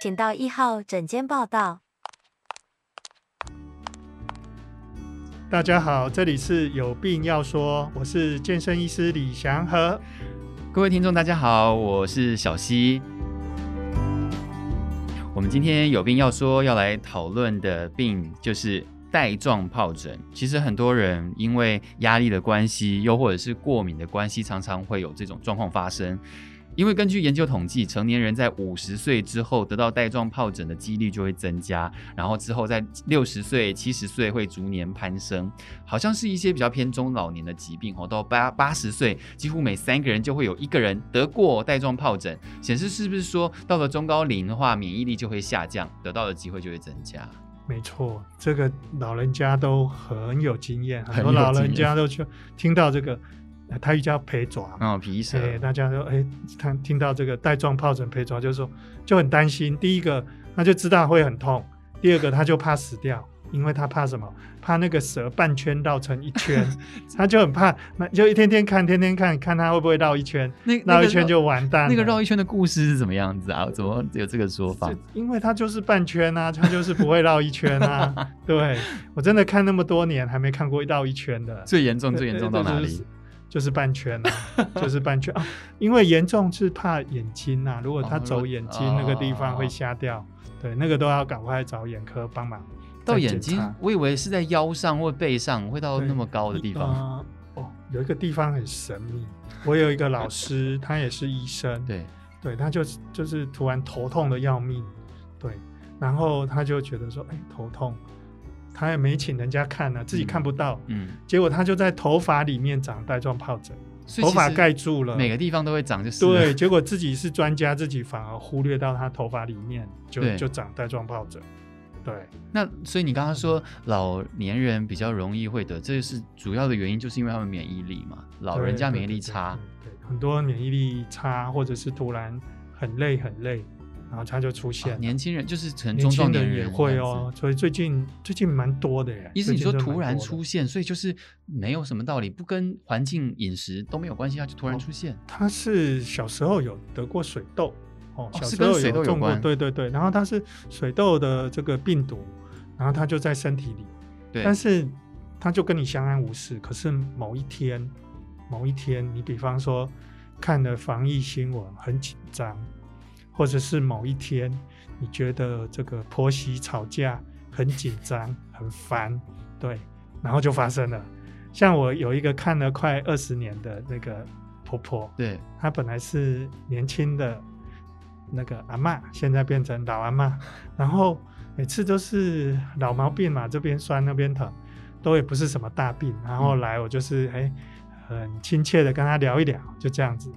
请到一号诊间报到。大家好，这里是有病要说，我是健身医师李祥和。各位听众，大家好，我是小溪。我们今天有病要说，要来讨论的病就是带状疱疹。其实很多人因为压力的关系，又或者是过敏的关系，常常会有这种状况发生。因为根据研究统计，成年人在五十岁之后得到带状疱疹的几率就会增加，然后之后在六十岁、七十岁会逐年攀升。好像是一些比较偏中老年的疾病哦，到八八十岁，几乎每三个人就会有一个人得过带状疱疹，显示是不是说到了中高龄的话，免疫力就会下降，得到的机会就会增加。没错，这个老人家都很有经验，很很多有老经人验家都去听到这个，呃他又叫陪爪嘛。嗯，皮蛇，哎，大家说，哎，他听到这个带状疱疹陪床，就说就很担心。第一个，他就知道会很痛；第二个，他就怕死掉，因为他怕什么？怕那个蛇半圈绕成一 圈，他就很怕。那就一天天看，天天看看他会不会绕一圈，那绕一圈就完蛋了。那个绕一圈的故事是怎么样子啊？怎么有这个说法 这？因为他就是半圈啊， 他就是不会绕一圈 啊。对我真的看那么多年，还没看过绕一圈的。最严重对最严重对到哪就里是？就是半圈啊， 就是半圈啊，因为严重是怕眼睛呐、如果他哦走眼睛那个地方会瞎掉，对，那个都要赶快找眼科帮忙到再检眼睛查，我以为是在腰上或背上，会哦到那么高的地方。呃哦，有一个地方很神秘，我有一个老师，他也是医生，对，对，他就是就是突然头痛的要命，对，然后他就觉得说，哎，头痛，他也没请人家看呢、自己嗯看不到，嗯，结果他就在头发里面长带状疱疹，所以头发其实盖住了，每个啊地方都会长，就是了对，结果自己是专家，自己反而忽略到他头发里面就对就长带状疱疹。对，那所以你刚刚说老年人比较容易会得，这是主要的原因，就是因为他们免疫力嘛，老人对家对免疫对力对差，对对很多免疫力差，或者是突然很累很累，然后他就出现啊了。年轻人就是成年中壮轻年人人也会这样哦子。，所以最近最近蛮多的耶。意思最你近说真的突蛮然多的出现，所以就是没有什么道理，不跟环境、饮食都没有关系，它就哦突然出现。他是小时候有得过水痘哦，哦小是时跟候水痘有中过，关对对对。然后他是水痘的这个病毒，然后他就在身体里，对，但是他就跟你相安无事。可是某一天，某一天，你比方说看了防疫新闻很紧张，或者是某一天你觉得这个婆媳吵架很紧张、很烦，对，然后就发生了。像我有一个看了快二十年的那个婆婆，对，她本来是年轻的那个阿嬷，现在变成老阿嬷，然后每次都是老毛病嘛，这边酸那边疼，都也不是什么大病。然后来我就是哎、很亲切的跟她聊一聊，就这样子。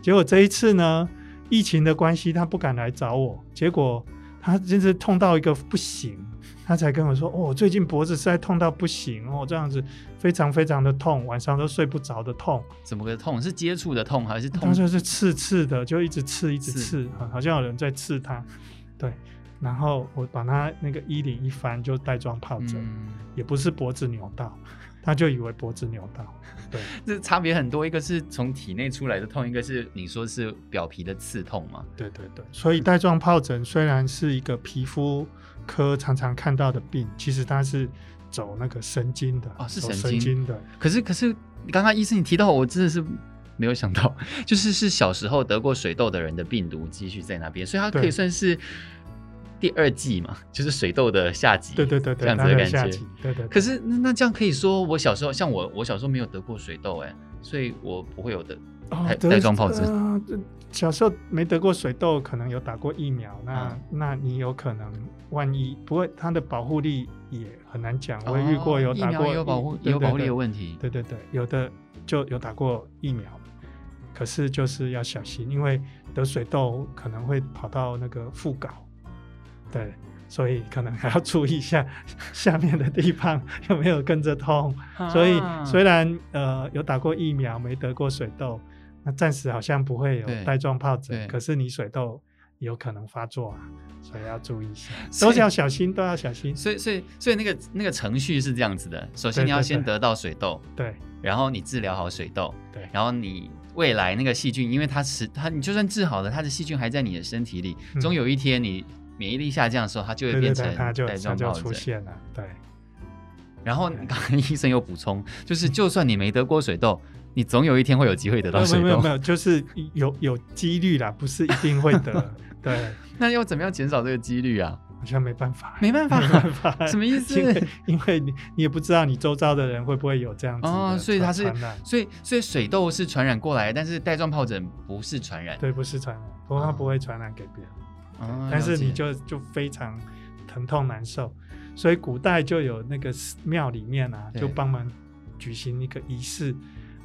结果这一次呢，疫情的关系，她不敢来找我，结果她真是痛到一个不行。她才跟我说：“哦，我最近脖子实在痛到不行哦，这样子非常非常的痛，晚上都睡不着的痛。怎么个痛？是接触的痛还是痛他？就是刺刺的，就一直刺，一直刺，好好像有人在刺他。 对，然后我把他那个衣领一翻，就带状疱疹， 嗯，也不是脖子扭到，他就以为脖子扭到。对，这差别很多，一个是从体内出来的痛，一个是你说是表皮的刺痛嘛。对对对，所以带状疱疹虽然是一个皮肤科常常看到的病，其实它是走那个神经的，哦是走神神经经的。可是可是，刚刚医生你提到，我真的是没有想到， 就是是小时候得过水痘的人的病毒继续在那边，所以它可对以算是第二季嘛， 就是水痘的下集。对对对这对，样子它的的感下觉体。，对对对可是那那这样可以说，我小时候像我，我小时候没有得过水痘、哎，所以我不会有的。哦带得带状疱疹呃这小时候没得过水痘，可能有打过疫苗，那、啊那你有可能万一，不过它的保护力也很难讲。我也遇过有哦打疫苗过也有保护，也有保护力的问题。对对对，有的就有打过疫苗，可是就是要小心，因为得水痘可能会跑到那个副睾，对，所以可能还要注意一下下面的地方有没有跟着痛。 啊所以虽以然呃有打过疫苗，没得过水痘，那暂时好像不会有对带状疱对疹，可是你水痘有可能发作啊，所以要注意一 下，所都以要小心，都要小心。所以所以所以那个那个程序是这样子的，首先对你要对先对得到水痘，对然后你治疗好水痘，对然后你未来那个细菌，因为它是它，你就算治好了，它的细菌还在你的身体里，嗯终有一天你免疫力下降的时候，它就会对对变成对，它就带它状就疱出疹。现了，对然后刚刚医生有补充，就是嗯就算你没得过水痘，你总有一天会有机会得到水没有没有痘没。有，就是有有几率啦，不是一定会 得，对，那要怎么样减少这个几率啊？好像没办法，没 办法没办法，什么意思因为因为你你也不知道你周遭的人会不会有这样子的哦，所以它是传染，所以所以水痘是传染过来，但是带状疱疹不是传染。对，不是传染，不过它不会传染给别人。哦，但是了解你就就非常疼痛难受，所以古代就有那个寺庙里面啊，对就帮忙举行一个仪式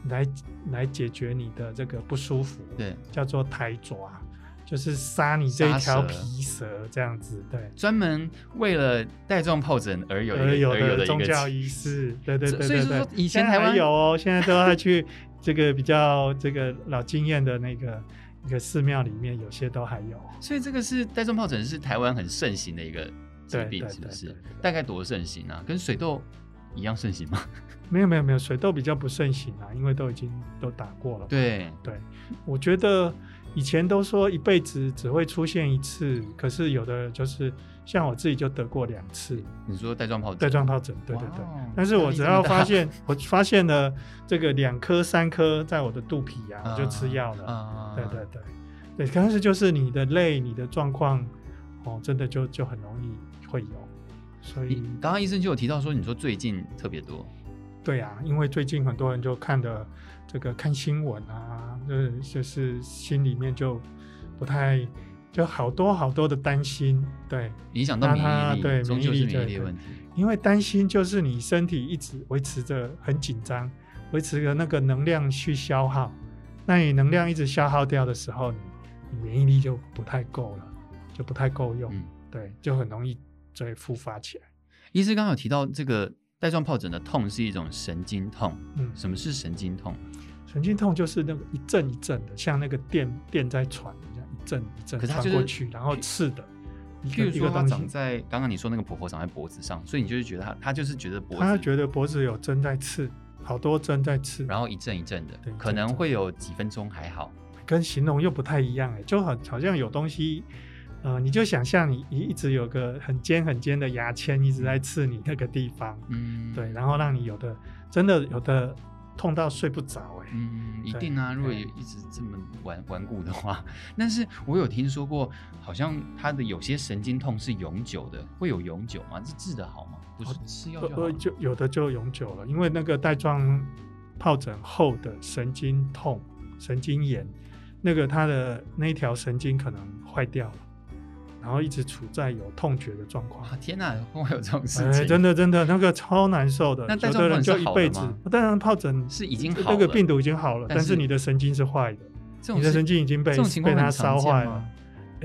来来解决你的这个不舒服，对叫做抬爪，就是杀你这一杀条蛇皮蛇这样子，对，专门为了带状疱疹而有一个而有而有的的一宗个教仪式，对对对所以对所以对说，以现在前台湾还有哦，现在都要去这个比较这个老经验的那个一个寺庙里面，有些都还有。所以这个是带状疱疹是台湾很盛行的一个疾对病，对是不对是对对？大概多盛行啊？跟水痘一样盛行吗？ 没有没有没有，水痘比较不盛行啊，因为都已经都打过了嘛。对，对，我觉得以前都说一辈子只会出现一次，可是有的就是像我自己就得过两次你说带状疱疹，带状疱疹，对对对。哇哦但是我只要发，压力 现我发现了这个两颗三颗在我的肚皮呀、这么大我就吃药了。啊对对对对，但是就是你的累，你的状况哦，真的就就很容易会有，所你以刚刚医生就有提到说，你说最近特别多，对啊，因为最近很多人就看的这个看新闻啊，就是就是心里面就不太就好多好多的担心，对，影响到那免它疫力，对终免疫力究是免疫对力的对问题。因为担心就是你身体一直维持着很紧张，维持着那个能量去消耗，那你能量一直消耗掉的时候，你你免疫力就不太够了，就不太够用，嗯对，就很容易再复发起来，医师刚刚有提到这个带状疱疹的痛是一种神经痛，嗯，什么是神经痛？神经痛就是那个一阵一阵的，像那个电电在传，这样一阵一阵可是它传就是过去，然后刺的一譬个如一说，个它东长西。在刚刚你说那个婆婆长在脖子上，所以你就是觉得它，它就是觉得脖他子，觉得脖子有针在刺，好多针在刺，然后一阵一阵的对，可一阵一阵能会有几分钟还好，跟形容又不太一样哎、就好好像有东西，呃，你就想象你一一直有个很尖很尖的牙签一直在刺你那个地方，嗯，对，然后让你有的真的有的痛到睡不着哎、嗯，一对定啊！如果对一直这么顽顽固的话，但是我有听说过，好像它的有些神经痛是永久的，会有永久吗？这治得好吗？不是吃药就好呃，了呃就有的就永久了，因为那个带状疱疹后的神经痛、神经炎，那个它的那一条神经可能坏掉了，然后一直处在有痛觉的状况。哇，啊天哪，会有这种事情？哎，真的真的，那个超难受的那，带有状的人疱就疹是一好辈了子吗。当然，疱疹是已经这好那个了病毒已经好了，但但是是你的神经是坏的，这种你的事神经已经被这种情被况它很常烧见坏吗了。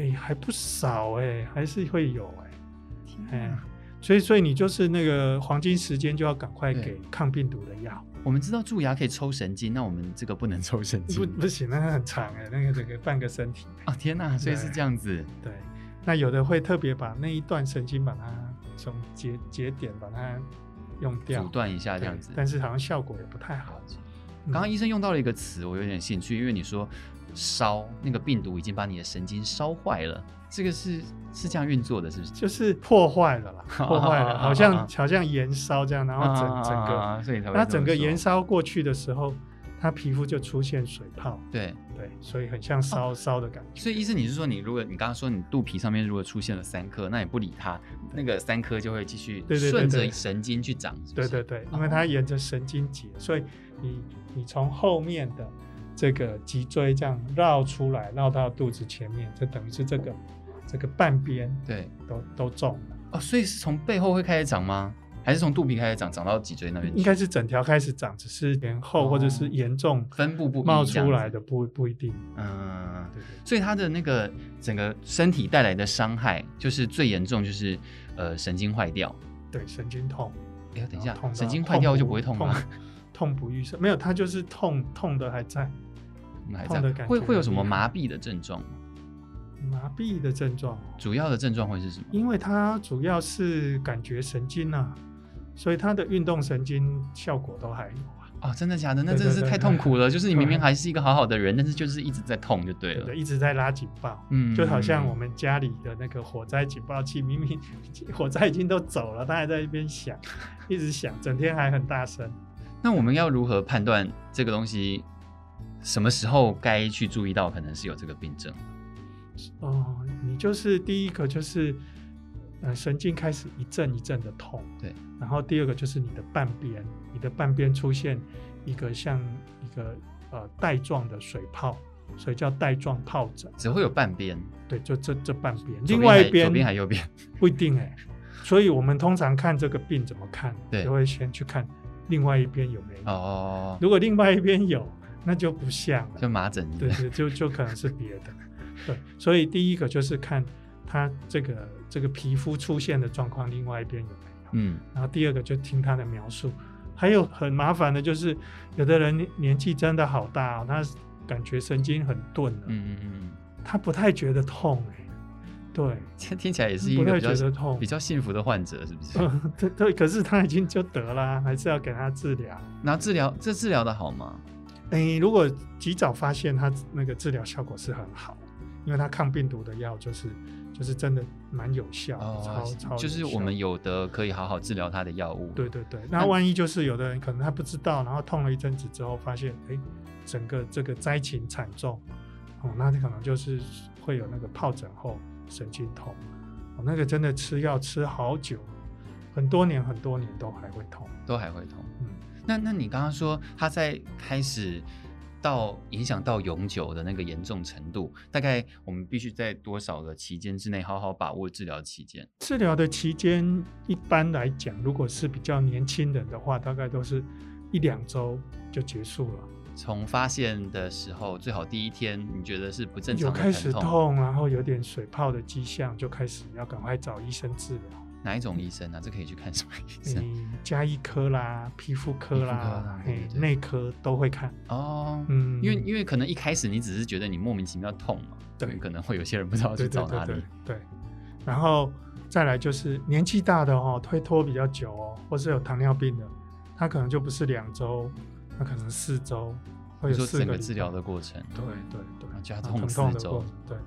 哎，还不少哎，还是会有哎。天哎哪呀，所以所以你就是那个黄金时间就要赶快对给抗病毒的药，我们知道蛀牙可以抽神经，那我们这个不能抽神不经不行，那个很长哎、那个整个半个身体。啊！天哪，所以是对这样子，对，那有的会特别把那一段神经把它从节节点把它用掉，阻断一下对这样子。但是好像效果也不太好了。解嗯刚刚医生用到了一个词，我有点兴趣，因为你说烧那个病毒已经把你的神经烧坏了，这个是是这样运作的，是不是？就是破坏了啦，破坏 了，好啊啊啊像好像燃烧这样，然后整啊整啊啊个，啊所以才会它整个这么说燃烧过去的时候，它皮肤就出现水泡，对，对，所以很像烧哦烧的感觉。所以医生，你是说你如果你刚刚说你肚皮上面如果出现了三颗，那你不理它，那个三颗就会继续对对对顺着对神经去长，是不对是哦对对，因为它沿着神经节，所以你你从后面的这个脊椎这样绕出来，绕到肚子前面，就等于是这个这个半边对都都中了，哦，所以是从背后会开始长吗？还是从肚皮开始长，长到脊椎那边去？应该是整条开始长，只是延后或者是严重哦分布不一冒这样出子来的，不不一定。嗯，对对所以它的那个整个身体带来的伤害，就是最严重就是呃神经坏掉。对，神经痛。哎呀，等一然后下啊痛，到神经坏掉就不会痛痛吗？不痛不欲生，没有，它就是痛痛的还在，我 们还痛的感在觉会会有什么很厉害麻痹的症状吗？麻痹的症状。主要的症状会是什么？因为它主要是感觉神经啊，所以它的运动神经效果都还有啊。哦，真的假的？那对真的是对对太痛苦了。就是你明明嗯还是一个好好的人，但是就是一直在痛，就对了。对，一直在拉警报。嗯就好像我们家里的那个火灾警报器，明 明火灾已经都走了，它还在一边响，一直响，整天还很大声。那我们要如何判断这个东西什么时候该去注意到可能是有这个病症？哦，你就是第一个就是，呃，神经开始一阵一阵的痛，对。然后第二个就是你的半边，你的半边出现一个像一个呃带状的水泡，所以叫带状疱疹。只会有半边，对，就这这半边，左另外还一边左边还右边。不一定哎、所以我们通常看这个病怎么看，对就会先去看另外一边有没有。哦，如果另外一边有，那就不像了就。麻疹一对样。对，就就可能是别的。 对，所以第一个就是看他这个这个皮肤出现的状况，另外一边有没有。嗯，然后第二个就听他的描述。还有很麻烦的就是，有的人年年纪真的好大、哦，他感觉神经很钝了，嗯嗯嗯，他不太觉得痛哎、对， 这听起来也是一不个太比觉得较痛比。较幸福的患者，是 不是？嗯，对对，可是他已经就得了啊，还是要给他治疗。那治疗这治疗的好吗？诶，如果及早发现，它那个治疗效果是很好，因为它抗病毒的药就是就是真的蛮有效，哦超超哦就是有效我们有的可以好好治疗它的药物。对对对。那万一就是有的人可能他不知道，然后痛了一阵子之后，发现诶，整个这个灾情惨重，哦，那可能就是会有那个疱疹后神经痛，哦，那个真的吃药吃好久，很多年很多年都还会痛，都还会痛。嗯。那那你刚刚说它在开始到影响到永久的那个严重程度，大概我们必须在多少的期间之内好好把握治疗期间？治疗的期间，一般来讲，如果是比较年轻人的话，大概都是一两周就结束了。从发现的时候，最好第一天你觉得是不正有常的开始疼痛，痛，然后有点水泡的迹象，就开始要赶快找医生治疗。哪一种医生啊？这可以去看什么医生？嗯，加医科啦、皮肤科皮肤科啦啦、对嘿对对内科都会看。哦，嗯，因为因为可能一开始你只是觉得你莫名其妙痛嘛，对可能会有些人不知道去对对找对哪里对。对，然后再来就是年纪大的哦，推脱比较久哦，或是有糖尿病的，他可能就不是两周，他可能四周，会有你说四整个个礼治疗拜的过程，对对对啊，加然后痛疼四痛的周过程对，会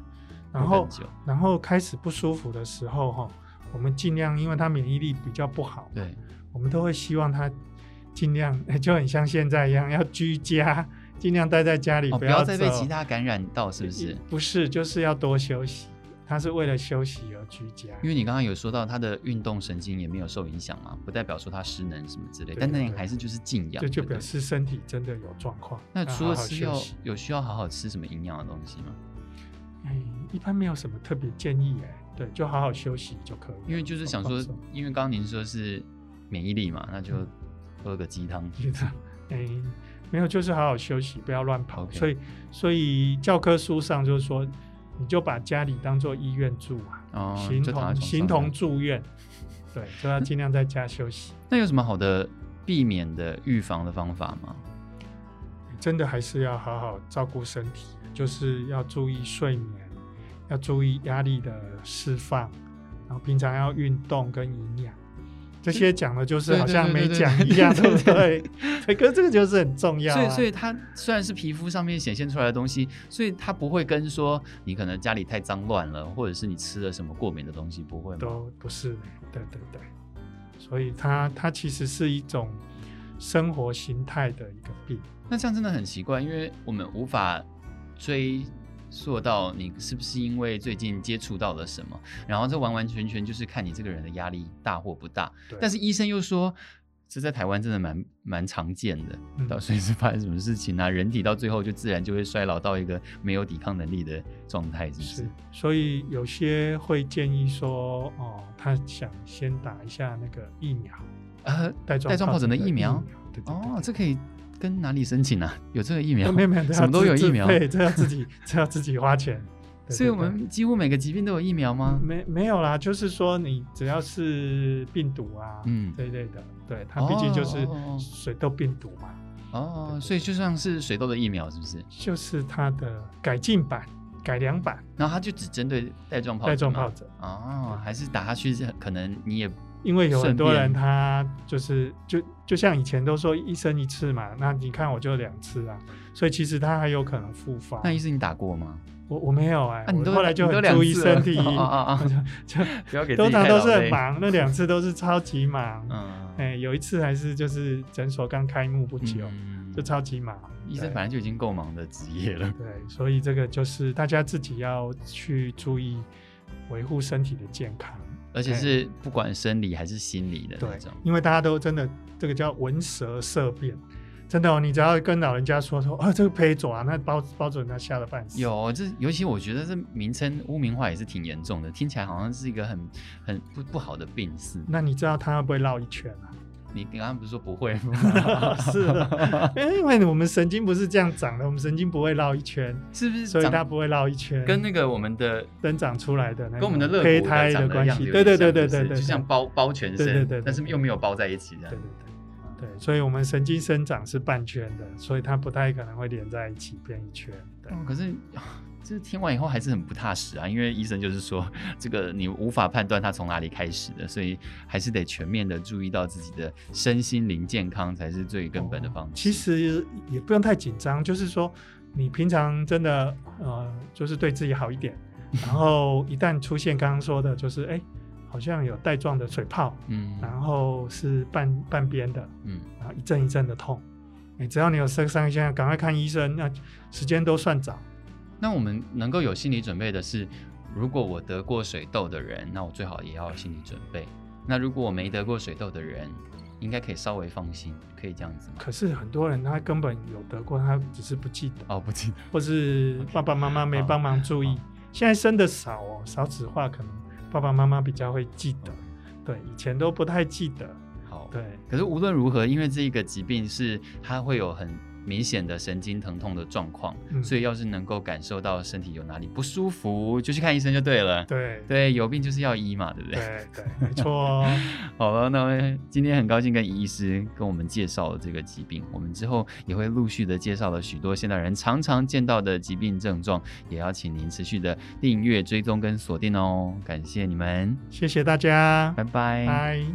然后更久然后开始不舒服的时候哈，我们尽量，因为他免疫力比较不好，对，我们都会希望他尽量 就很像现在一样要居家，尽量待在家里，哦，不要要再被走其他感染到，是不是？不是，就是要多休息。他是为了休息而居家，因为你刚刚有说到他的运动神经也没有受影响嘛，不代表说他失能什么之类，对但对那你对还是就是静养，这就对不对表示身体真的有状况。那要除好了啊好吃休药息，有需要好好吃什么营养的东西吗？哎，一般没有什么特别建议哎，对，就好好休息就可以了。因为就是想放说松，因为刚刚您说是免疫力嘛，那就嗯喝个鸡汤。觉得，哎，没有，就是好好休息，不要乱跑。 OK 所以，所以教科书上就是说，你就把家里当做医院住啊，哦，形就躺同在形床上同。住院，对，就要尽量在家休息。那有什么好的避免的预防的方法吗？真的还是要好好照顾身体，就是要注意睡眠，要注意压力的释放，然后平常要运动跟营养。这些讲的就是对好像对对没对讲对一样，对对不对对？对，可是这个就是很重要、啊。所以，所以它虽然是皮肤上面显现出来的东西，所以它不会跟说你可能家里太脏乱了，或者是你吃了什么过敏的东西，不会吗？都不是呢，对对对，所以它它其实是一种生活形态的一个病，那这样真的很奇怪，因为我们无法追溯到你是不是因为最近接触到了什么，然后这完完全全就是看你这个人的压力大或不大。对但是医生又说，这在台湾真的蛮蛮常见的，嗯到随时发生什么事情啊，人体到最后就自然就会衰老到一个没有抵抗能力的状态，是不是？是，所以有些会建议说，哦，他想先打一下那个疫苗，呃，带状带状疱疹的疫疫苗，对对哦，对这可以跟哪里申请啊？ 有这个疫 苗？哦没有没有，这什么要都自有疫自苗，费这要自己 这要自己花钱，对 所以对我对们几乎每个疾病都有疫苗吗？没没有啦，就是说你只要是病毒啊，嗯这一类的，对，它毕竟就是哦哦哦水痘病毒嘛，对哦，对所以就像是水痘的疫苗，是不是？就是它的改进版、改良版然后它就只针对带状疱疹吗，带状疱疹。哦，还是打下去，可能你也因为有很顺多人便他就是就就像以前都说一生一次嘛，那你看我就两次啊，所以其实他还有可能复发。那医生你打过吗？我我没有哎、啊你我都后来就你都很两注意次了身体， 啊啊啊我 就不要给就通自己常太都劳是很累忙，那两次都是超级忙。 嗯，哎、有一次还是就是诊所刚开幕不久，嗯就超级忙。医生对本来就已经够忙的职业了。 对，所以这个就是大家自己要去注意维护身体的健康。而且是不管生理还是心理的哎对那种，，因为大家都真的这个叫闻舌色变，真的哦，你只要跟老人家说说，哦，这个胚肿啊，那包包准他吓得半死。有这，尤其我觉得这名称污名化也是挺严重的，听起来好像是一个很很不不好的病似。那你知道他会不会绕一圈啊？？你你刚刚不是说不会吗 是的，因为我们神经不是这样长的，我们神经不会绕一圈，是不 是所以它长不会绕一圈。跟那个我们的 生长出来的那跟我们的种肋胚骨胎长的关样系，子有对对点对对像对是不是对，就像包包全对对对身对，但是又没有包在一起这对样对。对对，所以我们神经生长是半圈的，所以它不太可能会连在一起变一圈。对，哦可是。这听完以后还是很不踏实啊，因为医生就是说，这个你无法判断它从哪里开始的，所以还是得全面的注意到自己的身心灵健康才是最根本的方式。其实也不用太紧张，就是说你平常真的呃，就是对自己好一点，然后一旦出现刚刚说的，就是哎，好像有带状的水泡，嗯然后是半半边的，嗯，然后一阵一阵的痛。哎，只要你有三三下，赶快看医生，那时间都算早。那我们能够有心理准备的是，如果我得过水痘的人，那我最好也要有心理准备。那如果我没得过水痘的人，应该可以稍微放心，可以这样子吗？可是很多人他根本有得过，他只是不记得， 哦，不记得。或是爸爸妈妈没帮忙注意好。现在生的少哦，少子化，可能爸爸妈妈比较会记得，对，以前都不太记得，好，对，可是无论如何，因为这一个疾病是它会有很明显的神经疼痛的状况，嗯所以要是能够感受到身体有哪里不舒服，就去看医生就对了。对，对，有病就是要医嘛，对不对？对，对，没错哦。好了，那今天很高兴跟尹医师跟我们介绍了这个疾病，我们之后也会陆续的介绍了许多现代人常常见到的疾病症状，也要请您持续的订阅、追踪跟锁定哦。感谢你们，谢谢大家，拜拜。